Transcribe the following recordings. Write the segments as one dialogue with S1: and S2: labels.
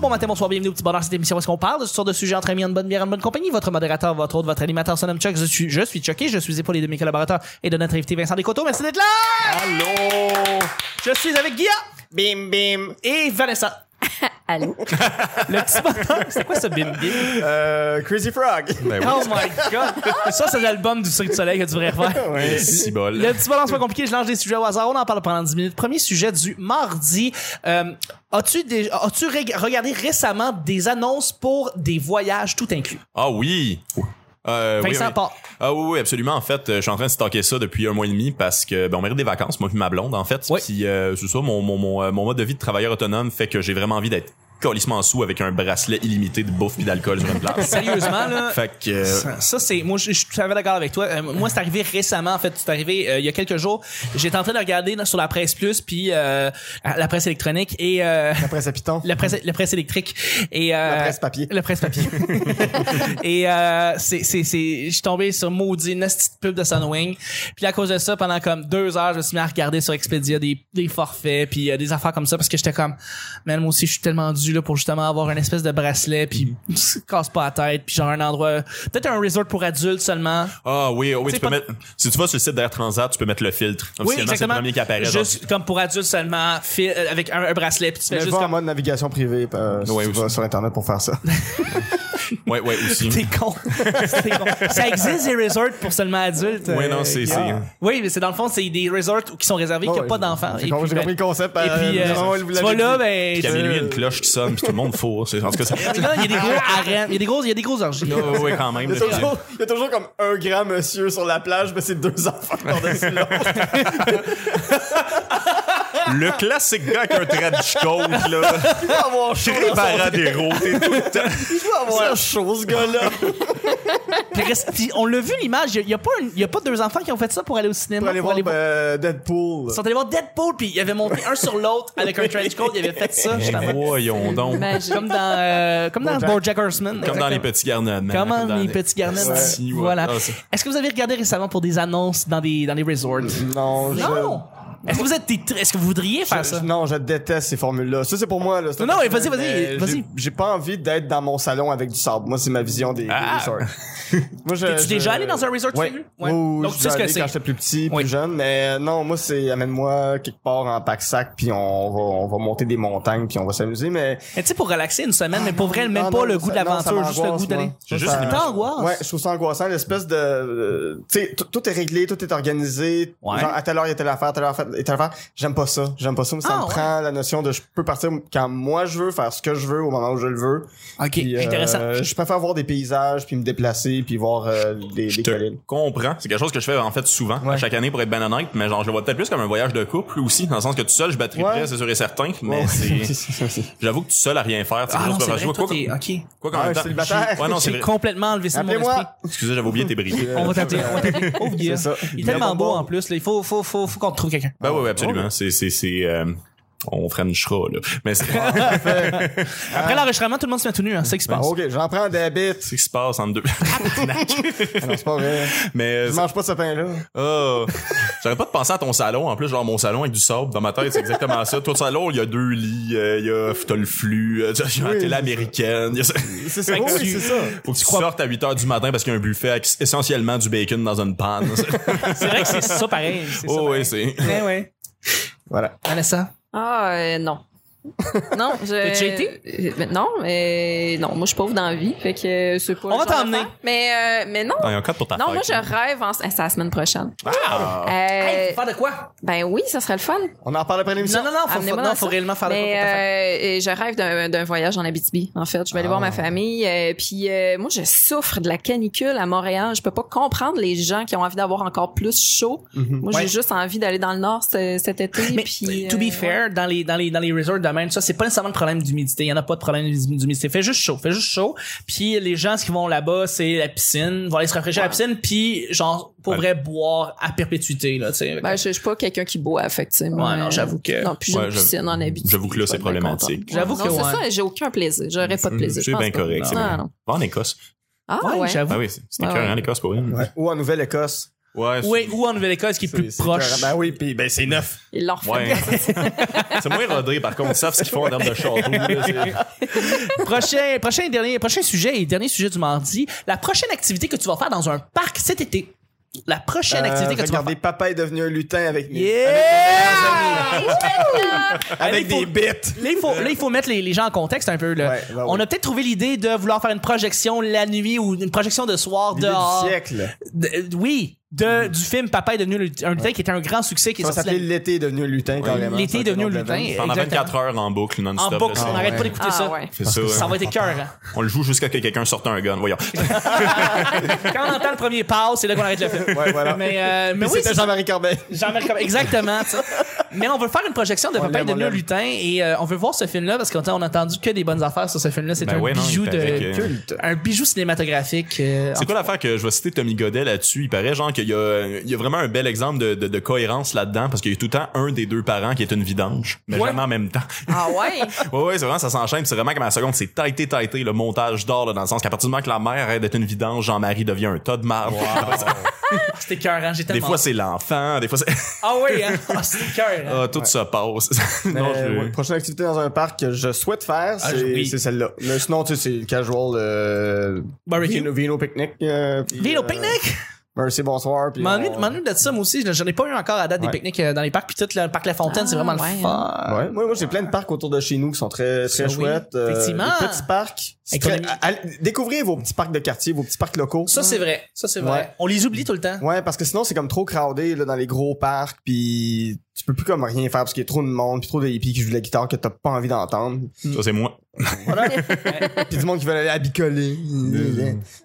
S1: bon matin, bonsoir, bienvenue au petit bonheur. Cette émission où est-ce qu'on parle de ce sorte de sujet entre amis, en bonne bière, en bonne compagnie. Votre modérateur, votre hôte, votre animateur, son nom Chuck. Je suis, je suis Chucky, je suis épaulé de mes collaborateurs et de notre invité Vincent Descoteaux. Merci d'être là!
S2: Allô!
S1: Je suis avec Guilla
S2: Bim, bim.
S1: et Vanessa.
S3: Allô?
S1: Le petit bonheur, c'est quoi ce bim bim?
S2: Euh, Crazy Frog.
S4: Ben oui.
S1: Oh my god! Ça, c'est l'album du Cirque du Soleil que tu devrais faire.
S4: Cibole.
S1: Le petit bonheur, c'est pas compliqué, je lance des sujets au hasard, on en parle pendant 10 minutes. Premier sujet du mardi. Euh, as-tu des, as-tu reg- regardé récemment des annonces pour des voyages tout inclus?
S4: Ah oui! Euh, oui,
S1: Vincent
S4: oui.
S1: part.
S4: Ah oui, oui, absolument. En fait, euh, je suis en train de stocker ça depuis un mois et demi parce que ben, on mérite des vacances, moi puis ma blonde, en fait.
S1: Oui.
S4: Puis euh, c'est ça, mon, mon, mon, euh, mon mode de vie de travailleur autonome fait que j'ai vraiment envie d'être colissement sous avec un bracelet illimité de bouffe puis d'alcool sur une place.
S1: Sérieusement, là.
S4: fait que... euh,
S1: Ça, ça, c'est moi je, je suis tout à fait d'accord avec toi Euh, moi c'est arrivé récemment en fait c'est arrivé euh, il y a quelques jours j'étais en train de regarder là, sur la presse plus puis euh, la presse électronique et euh,
S2: La presse à Python.
S1: la presse la presse électrique et euh,
S2: La presse papier.
S1: le presse papier et euh, c'est c'est c'est je suis tombé sur maudit une petite pub de Sunwing puis à cause de ça pendant comme deux heures je me suis mis à regarder sur Expedia des des forfaits puis euh, des affaires comme ça parce que j'étais comme man moi aussi je suis tellement dû là pour justement avoir une espèce de bracelet puis casse pas la tête puis genre un endroit peut-être un resort pour adultes seulement
S4: Ah oui, oui,
S1: C'est
S4: tu peux
S1: pas-
S4: mettre... Si tu vas sur le site d'Air Transat, tu peux mettre le filtre.
S1: oui
S4: Officiellement, c'est le
S1: exactement
S4: premier qui apparaît. genre,
S1: juste comme pour adultes seulement fi- euh, avec un, un bracelet puis tu fais
S2: Mais
S1: juste
S2: va en
S1: comme
S2: mode navigation privée euh, si
S4: Ouais,
S2: tu
S4: aussi.
S2: vas sur Internet pour faire ça.
S4: Ouais, ouais, aussi.
S1: T'es con. T'es con. Ça existe des resorts pour seulement adultes.
S4: Ouais,
S1: euh,
S4: non, c'est...
S1: qui-
S4: c'est-
S2: ah.
S1: Oui, mais c'est dans le fond, c'est des resorts qui sont réservés, qu'il n'y a
S2: Ouais,
S1: pas d'enfants.
S2: J'ai
S1: Et
S2: compris,
S1: puis,
S2: j'ai
S1: ben,
S2: compris le concept.
S1: Et puis, euh,
S2: vraiment, vous
S1: tu
S2: l'avez
S1: vas là,
S2: dit.
S1: ben.
S4: Puis à minuit,
S1: tu-
S4: une cloche qui sonne, puis tout le monde fourre. c'est- En tout cas, ça...
S1: Mais là, Il y a des gros harengs, il y a des grosses, il y a des grosses orgies.
S4: Ouais, ouais, ouais, quand même.
S2: Il y, a toujours, il y a toujours comme un grand monsieur sur la plage, mais c'est deux enfants par-dessus l'autre.
S4: Le classique gars avec un trench coat, là.
S2: Il doit avoir chaud.
S4: Très Baradero, t'es tout le temps.
S2: Il doit avoir chaud, ce gars-là.
S1: Puis reste- puis on l'a vu l'image, il n'y a, pas un- il y a pas deux enfants qui ont fait ça pour aller au cinéma.
S2: Pour aller voir euh, Deadpool.
S1: Ils sont allés voir Deadpool, puis ils avaient monté un sur l'autre avec un trench coat, ils avaient fait ça. j'étais en mode-
S4: Voyons donc.
S3: Imagine.
S1: Comme dans, euh, comme dans
S2: Bojack.
S1: Bojack Horseman.
S4: Comme dans
S1: exactement.
S4: les petits garnements.
S1: Comme
S4: comme dans
S1: les petits garnements.
S4: Si, ouais.
S1: Voilà.
S4: Ah, c'est-
S1: Est-ce que vous avez regardé récemment pour des annonces dans des, dans les resorts?
S2: Non, je-
S1: Non! Est-ce que vous êtes des tr- est-ce que vous voudriez faire
S2: Je-
S1: ça?
S2: Non, je déteste ces formules-là. Ça, c'est pour moi. Là,
S1: Non, non, mais vas-y, vas-y,
S2: Mais
S1: vas-y.
S2: j'ai- J'ai pas envie d'être dans mon salon avec du sable. Moi, c'est ma vision des, des
S4: Ah!
S2: resorts. Moi, je-
S1: T'es-tu
S2: je-
S1: déjà allé dans un resort, tu
S2: Ouais.
S1: l'as vu?
S2: Ouais.
S1: Ouais.
S2: Oui,
S1: Donc,
S2: je
S1: tu sais
S2: suis
S1: ce que
S2: allé
S1: c'est.
S2: quand j'étais plus petit, plus
S1: Oui.
S2: jeune. Mais non, moi, c'est amène-moi quelque part en pack-sac, puis on va, on va monter des montagnes, puis on va s'amuser. Mais
S1: Mais tu sais, pour relaxer une semaine, mais pour vrai, même
S2: Ah non,
S1: pas
S2: non,
S1: le goût
S2: ça-
S1: de
S2: non,
S1: l'aventure,
S2: ça
S1: juste le
S2: m'angoisse,
S1: goût d'aller.
S2: moi.
S4: J'ai
S2: Ça,
S4: juste
S2: ça-
S4: l'image.
S1: T'angoisses?
S2: Ouais, je trouve ça angoissant, l'espèce de. euh, tu sais, tout- tout est réglé, tout est organisé.
S1: Ouais.
S2: Genre, à telle heure, il y a telle affaire, telle heure, il y a telle affaire. J'aime pas ça. J'aime pas ça. mais Ça
S1: Ah,
S2: me
S1: ouais.
S2: prend la notion de je peux partir quand moi je veux, faire ce que je veux au moment où je le veux.
S1: Ok,
S2: Puis, euh,
S1: intéressant.
S2: je préfère voir des paysages, puis me déplacer, puis voir euh, des,
S4: Je
S2: des
S4: te
S2: collines.
S4: comprends. C'est quelque chose que je fais en fait souvent, à chaque année pour être ben honnête, mais genre je le vois peut-être plus comme un voyage de couple aussi, dans le sens que tout seul je battrais
S2: Ouais.
S4: prêt, c'est sûr et certain, mais
S2: Ouais.
S4: c'est j'avoue que tout seul à rien faire, c'est
S1: Ah
S4: juste
S1: non,
S4: pas
S1: c'est
S4: facile.
S1: vrai, toi,
S4: Quoi-
S1: t'es,
S4: quoi-
S1: ok.
S4: quoi qu'en
S2: Ah,
S4: même temps-
S2: c'est le bataille.
S4: Ouais, non, c'est
S1: J'ai
S4: vrai.
S1: complètement enlevé ça de mon esprit.
S2: Appelez-moi! Euh,
S4: Excusez, j'avais oublié tes bris.
S1: On va t'appeler, on va t'appeler. Oh, Guilla.
S2: ça.
S1: Il est
S2: Guilla
S1: tellement beau
S2: Bonbon.
S1: en plus, là. Il faut, faut, faut, faut qu'on te trouve quelqu'un.
S4: Ben ouais, ouais, absolument. C'est c'est c'est euh, on frenchera là. Mais c'est c'est
S1: Après l'enregistrement, tout le monde se met tout nu, hein. C'est ce qui se
S2: Ah,
S1: passe.
S2: Hein? ok, j'en prends des bites.
S4: ce qui se passe entre deux.
S2: Ah non, c'est pas vrai.
S4: mais
S2: Je mange pas ce pain-là.
S4: Oh. J'arrête pas de penser à ton salon. En plus, genre, mon salon avec du sable dans ma tête, c'est exactement ça. Ton salon, il y a deux lits, euh, il y a, t'as le flux, euh, il y a la
S2: Oui.
S4: télé américaine. il y a ça.
S2: C'est ça.
S1: Fait que
S2: oui,
S1: tu-
S2: c'est ça.
S4: Faut que tu sortes à 8 h du matin parce qu'il y a un buffet avec essentiellement du bacon dans une panne.
S1: C'est vrai que c'est ça pareil. C'est ça,
S4: oh,
S1: pareil.
S4: oui, c'est.
S1: Ouais, ouais.
S2: Voilà.
S1: Vanessa.
S3: Ah, euh, non. non, je.
S1: T'as déjà été?
S3: Euh, mais non, mais non, moi je suis pauvre dans la vie, fait que euh, c'est pas.
S1: On va
S3: le genre
S1: t'emmener. Ah,
S3: d'affaire. Mais, euh, mais non.
S4: T'as un code pour ta
S3: Non, moi je
S4: fête.
S3: rêve en. ah, C'est la semaine prochaine.
S4: Ah.
S3: Euh,
S1: Hey, faire de quoi?
S3: ben oui, ça serait le fun.
S2: On en parle après l'émission.
S1: Non, non, non, faut, faut,
S3: Amenez-moi
S1: non,
S3: dans
S1: faut
S3: ça.
S1: réellement faire de quoi pour
S3: Mais
S1: ta fête.
S3: euh, et je rêve d'un d'un voyage en Abitibi. En fait, je vais aller
S1: Ah.
S3: voir ma famille. euh, puis euh, moi, je souffre de la canicule à Montréal. Je peux pas comprendre les gens qui ont envie d'avoir encore plus chaud. Moi,
S1: Mhm. Ouais.
S3: j'ai juste envie d'aller dans le nord ce- cet été.
S1: Mais
S3: puis,
S1: to
S3: euh,
S1: be fair, dans les dans les dans les resorts de même, ça c'est pas nécessairement le problème d'humidité. Il y en a pas de problème d'humidité. Fait juste chaud, fait juste chaud. Puis les gens ce qui vont là-bas, c'est la piscine, vont aller se rafraîchir à la piscine, puis genre pour
S4: Ouais.
S1: vrai boire à perpétuité là, tu sais.
S3: Ben, je, je suis pas quelqu'un qui boit, effectivement.
S1: Ouais, non, j'avoue que-
S3: euh, Non, puis j'ai
S4: Ouais,
S3: une
S4: j'avoue-
S3: piscine en Abitibi.
S4: j'avoue que là,
S3: Je vais
S4: c'est
S3: être bien
S4: problématique.
S3: contente.
S1: J'avoue
S3: non,
S1: que
S3: c'est
S1: ouais.
S3: ça, j'ai aucun plaisir. J'aurais pas de plaisir.
S4: C'est
S3: je pense
S4: bien
S3: pas.
S4: correct. c'est
S3: Non,
S4: bien.
S3: non.
S4: Va en Écosse.
S3: Ah,
S1: Ouais,
S3: ouais.
S1: j'avoue.
S4: Ah oui, c'est c'est
S3: Ouais,
S4: écœurant,
S3: ouais.
S4: l'Écosse pour rien.
S2: Ouais. Ou en Nouvelle-Écosse.
S4: Ouais,
S1: ou, ou en Nouvelle-Écosse, ce qui est plus
S2: C'est- c'est
S1: proche.
S2: clair. Ben oui, puis ben c'est neuf.
S3: Ils l'ont refait.
S4: Ouais. c'est moins rodé, par contre. Ils savent ce qu'ils font en termes de château. là, c'est-
S1: prochain, prochain, et dernier, prochain sujet et dernier sujet du mardi. La prochaine activité que tu vas faire dans un parc cet été. La prochaine
S2: Euh,
S1: activité que tu vas
S2: regardez,
S1: faire.
S2: papa est devenu un lutin avec mes-
S1: Yeah!
S2: avec
S1: Allez, faut-
S2: des bites.
S1: Là, il faut, là, il faut mettre les, les gens en contexte un peu. Là.
S2: Ouais, ben oui.
S1: On a peut-être trouvé l'idée de vouloir faire une projection la nuit ou une projection de soir
S2: L'idée
S1: dehors.
S2: du siècle.
S1: De- euh, oui, de, du film Papa est devenu le- un lutin qui était un grand succès qui est
S2: Ça
S1: sorti
S2: s'appelait
S1: la-
S2: l'été est devenu un lutin carrément.
S1: L'été
S2: Ça,
S1: est
S2: c'est
S1: devenu
S2: le
S1: un
S2: nom de la
S1: lutin.
S2: bande.
S4: Pendant
S1: Exactement.
S4: 24 heures en boucle, non-stop.
S1: en
S4: là,
S1: boucle.
S4: c'est-
S1: On n'arrête pas d'écouter
S3: Ah,
S1: ça.
S3: ouais.
S4: C'est ça.
S1: Ça
S4: hein.
S1: va être écœurant.
S4: On le joue jusqu'à ce que quelqu'un sorte un gun. Voyons.
S1: Quand on entend le premier pass, c'est là qu'on arrête le film.
S2: Ouais, voilà.
S1: Mais, euh, mais
S2: Mais
S1: oui,
S2: c'était
S1: c'est-
S2: Jean-Marie Corbet.
S1: Jean-Marc Corbet, exactement. tu sais. Mais on veut faire une projection de
S2: On
S1: Papa est
S2: l'aime, on
S1: devenu un
S2: l'aime.
S1: lutin et euh, on veut voir ce film-là parce qu'on on a entendu que des bonnes affaires sur ce film-là. C'est
S4: Ben
S1: un
S4: ouais, non, il
S1: bijou
S4: paraît
S1: de
S4: que-
S2: Culte.
S1: un bijou cinématographique. euh,
S4: C'est quoi l'affaire que je vais citer Tommy Godet là-dessus? Il paraît genre qu'il y a, il y a vraiment un bel exemple de, de- de cohérence là-dedans parce qu'il y a tout le temps un des deux parents qui est une vidange, mais
S1: Ouais.
S4: jamais en même temps.
S3: Ah ouais?
S4: ouais, ouais, c'est vraiment, ça s'enchaîne, c'est vraiment comme à la seconde, c'est tighté, tighté, le montage d'or, là, dans le sens qu'à partir du moment que la mère arrête d'être une vidange, Jean-Marie devient un tas de marbre.
S1: en- C'était écœurant, j'ai
S4: des
S1: tellement-
S4: fois, c'est l'enfant, des fois, c'est,
S1: Ah oui, hein? Ah, c'était écœurant.
S4: Ah, tout se passe.
S2: Mais,
S4: non, je...
S2: ouais, prochaine activité dans un parc que je souhaite faire,
S1: Ah,
S2: c'est
S1: oui.
S2: c'est celle-là. Mais sinon, tu sais, c'est le casual euh,
S1: Barbecue.
S2: vino, vino picnic. Euh, puis,
S1: Ville au
S2: euh,
S1: pique-nique!
S2: Merci, bonsoir.
S4: Euh,
S2: puis
S1: M'ennuie
S2: on-
S1: m'ennuie de ça, moi aussi. J'en ai pas eu encore à date des
S2: Ouais.
S1: pique-niques euh, dans les parcs. Puis tout le parc La Fontaine,
S3: Ah,
S1: c'est vraiment le
S3: ouais. hein.
S1: fun.
S2: Ouais. Moi, moi j'ai plein de parcs autour de chez nous qui sont très, très
S1: Ah oui,
S2: chouettes. euh,
S1: effectivement.
S2: des petits parcs. C'est
S1: Avec
S2: très-
S1: ton ami-
S2: allez- découvrez vos petits parcs de quartier, vos petits parcs locaux.
S1: Ça, c'est vrai. Ça, c'est vrai.
S2: Ouais.
S1: On les oublie tout le temps.
S2: Ouais, parce que sinon c'est comme trop crowdé là, dans les gros parcs, puis tu peux plus comme rien faire parce qu'il y a trop de monde, puis trop de hippies qui jouent de la guitare que t'as pas envie d'entendre,
S4: ça, c'est moi.
S1: Voilà.
S2: puis du monde qui veut aller à bicoler.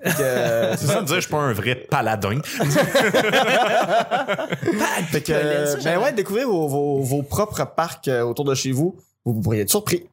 S2: Fait que, euh,
S4: C'est ça de dire, je suis pas un vrai paladin.
S2: Fait
S1: Colin,
S2: que,
S1: ça,
S2: euh, ben
S1: j'aimerais.
S2: ouais, découvrez vos, vos, vos propres parcs euh, autour de chez vous. Vous, vous pourriez être surpris.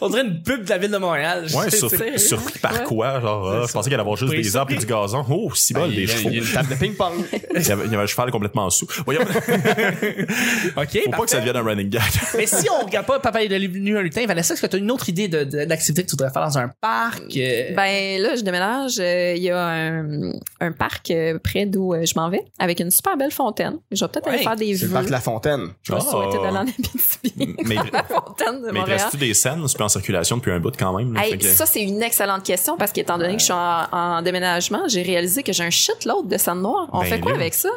S1: On dirait une pub de la ville de Montréal.
S4: Ouais,
S1: C'est-
S4: sur-
S1: c'est-
S4: surpris par
S3: Ouais.
S4: quoi? Genre, ah, je pensais qu'elle allait avoir juste
S1: Oui,
S4: des arbres et du gazon. Oh, si
S2: Ben,
S4: bol, des chevaux. Il
S2: une table de ping-pong.
S4: y, avait, il y avait un cheval complètement sous. Voyons, faut
S1: OK,
S4: pas que ça
S1: parfait.
S4: devienne un running gag.
S1: Mais si on regarde pas Papa est devenu un lutin, Vanessa, est-ce que tu as une autre idée de- de- d'activité que tu voudrais faire dans un parc? euh,
S3: Ben là, je déménage. euh, Il y a un, un parc euh, près d'où euh, je m'en vais avec une super belle fontaine. Je vais peut-être
S1: Ouais,
S3: aller faire des
S2: C'est
S3: vues.
S2: le parc La Fontaine.
S3: Je vais
S4: Ah.
S3: souhaiter d'aller en Abitibi.
S4: Mais,
S3: La fontaine de
S4: mais il te
S3: Montréal.
S4: reste-tu des scènes? C'est plus en circulation depuis un bout quand même. là.
S3: Hey,
S4: Fait que-
S3: ça, c'est une excellente question parce qu'étant donné que je suis en, en déménagement, j'ai réalisé que j'ai un shitload de scènes noires. On
S4: Ben
S3: fait quoi
S4: là.
S3: avec ça?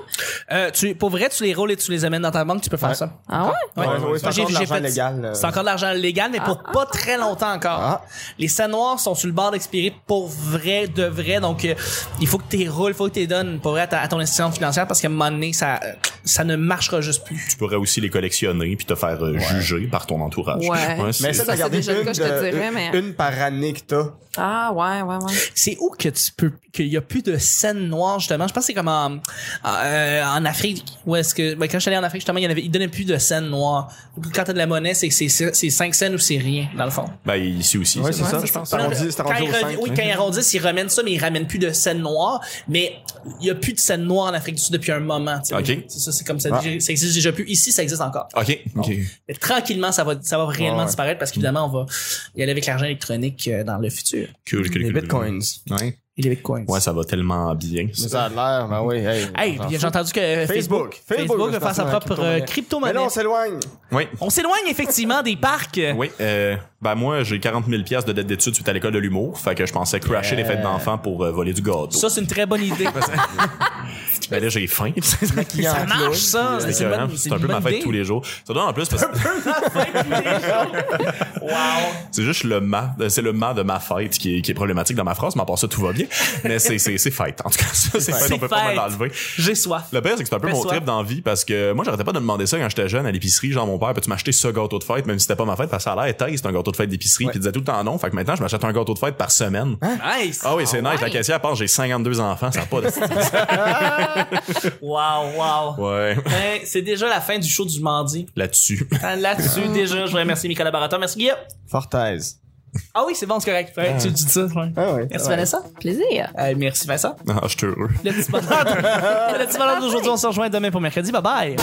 S1: euh, tu, pour vrai, tu les roules et tu les amènes dans ta banque, tu peux faire
S2: Ouais.
S1: ça.
S3: Ah
S2: Ouais,
S3: ouais?
S2: ouais, c'est
S1: Moi,
S2: encore de l'argent
S1: fait-
S2: légal, euh.
S1: C'est encore de l'argent légal, mais pour pas très longtemps encore.
S2: Ah.
S1: Les scènes noires sont sur le bord d'expirer pour vrai, de vrai. Donc, euh, il faut que tu roules, il faut que tu donnes pour vrai à, ta- à ton institution financière parce qu'à un moment donné, ça, euh, ça ne marchera juste plus.
S4: Tu pourrais aussi les collectionner puis te faire euh, juger par ton entourage.
S3: Ouais.
S2: Mais ça,
S4: c'est-
S3: Ça,
S2: t'as
S3: c'est
S2: gardé une,
S3: déjà le cas, je te
S2: de-
S3: dirais,
S2: une-
S3: mais-
S2: une par année que t'as.
S3: Ah ouais, ouais, ouais.
S1: C'est où que tu peux, qu'il y a plus de scènes noires, justement? Je pense que c'est comme en, en, euh, en Afrique. Où est-ce que, ben, quand je suis allé en Afrique, justement, il y en avait, ils donnaient plus de scènes noires. Quand t'as de la monnaie, c'est, c'est, c'est c'est cinq scènes ou c'est rien, dans le fond.
S4: Ben, ici aussi.
S2: Ouais,
S4: ça.
S2: c'est ça,
S3: c'est
S2: je pense.
S3: ça.
S2: Arrondi- C'est
S1: quand
S2: arrondi
S1: ils
S2: au
S1: re-
S2: 5.
S1: oui, quand ils arrondissent, ils ramènent ça, mais ils ramènent plus de scènes noires. Mais il n'y a plus de scènes noires en Afrique du Sud depuis un moment. tu sais.
S4: Ok.
S1: C'est ça, c'est comme ça.
S2: Ah.
S1: déjà- Ça existe déjà plus. Ici, ça existe encore.
S4: Ok, ok.
S1: Mais tranquillement, ça va, ça va réellement
S2: Ouais, ouais.
S1: disparaître parce qu'évidemment, on va y aller avec l'argent électronique euh, dans le futur.
S4: Cool, cool,
S2: Les
S4: cool.
S2: bitcoins.
S4: Ouais.
S1: Et les bitcoins.
S4: Ouais, ça va tellement bien.
S2: Mais Ça a l'air, ben oui. Hey,
S1: Hey, puis j'ai entendu que euh,
S2: Facebook.
S1: Facebook, Facebook va faire sa propre euh,
S2: Mais
S1: crypto-monnaie.
S2: là, on s'éloigne.
S4: Ouais.
S1: on s'éloigne effectivement des parcs.
S4: Oui, euh, ben moi j'ai 40 000 pièces de dette d'études suite à l'école de l'humour, fait que je pensais crasher les fêtes d'enfants pour euh, voler du gâteau.
S1: Ça, c'est une très bonne idée.
S4: ben là j'ai faim.
S1: ça marche, ça. C'est une bonne-
S4: C'est
S1: une
S4: un peu
S1: bonne
S4: ma fête
S1: idée.
S4: tous les jours. Ça donne en plus parce que
S1: Wow.
S4: c'est juste le ma, euh, c'est le ma de ma fête qui est, qui est problématique dans ma phrase, mais à part ça tout va bien. Mais c'est c'est c'est fête en tout cas, ça, c'est fête, on peut pas me
S1: fête.
S4: l'enlever.
S1: J'ai soif.
S4: Le pire, c'est que c'est un peu
S1: Fais
S4: mon
S1: soif.
S4: trip d'envie parce que moi, j'arrêtais pas de demander ça quand j'étais jeune à l'épicerie. Genre, mon père, peux-tu m'acheter ce gâteau de fête, même si c'était pas ma fête, parce que ça a l'air taille, c'est un gâteau de fête d'épicerie, puis il disait tout le temps non. Fait que maintenant, je m'achète un gâteau de fête par semaine.
S1: Nice.
S4: Ah oui, c'est nice. La
S3: ouais.
S4: caissière pense j'ai 52 enfants, ça n'a pas de
S1: Wow, wow.
S4: Ouais.
S1: Ben, c'est déjà la fin du show du mardi. Hein,
S4: Là-dessus.
S1: Là-dessus, déjà, je voudrais remercier mes collaborateurs. Merci, Guillaume.
S2: Fortaise.
S1: Ah oui, c'est bon, c'est correct. Ouais, Tu, tu dis ça. ouais.
S2: Ah ouais.
S1: Merci,
S2: Ouais.
S1: Vanessa.
S3: Plaisir.
S1: Euh, merci, Vincent.
S4: Ah, je suis heureux.
S1: Le petit bonheur. Le petit bonheur d'aujourd'hui, on se rejoint demain pour mercredi. Bye bye.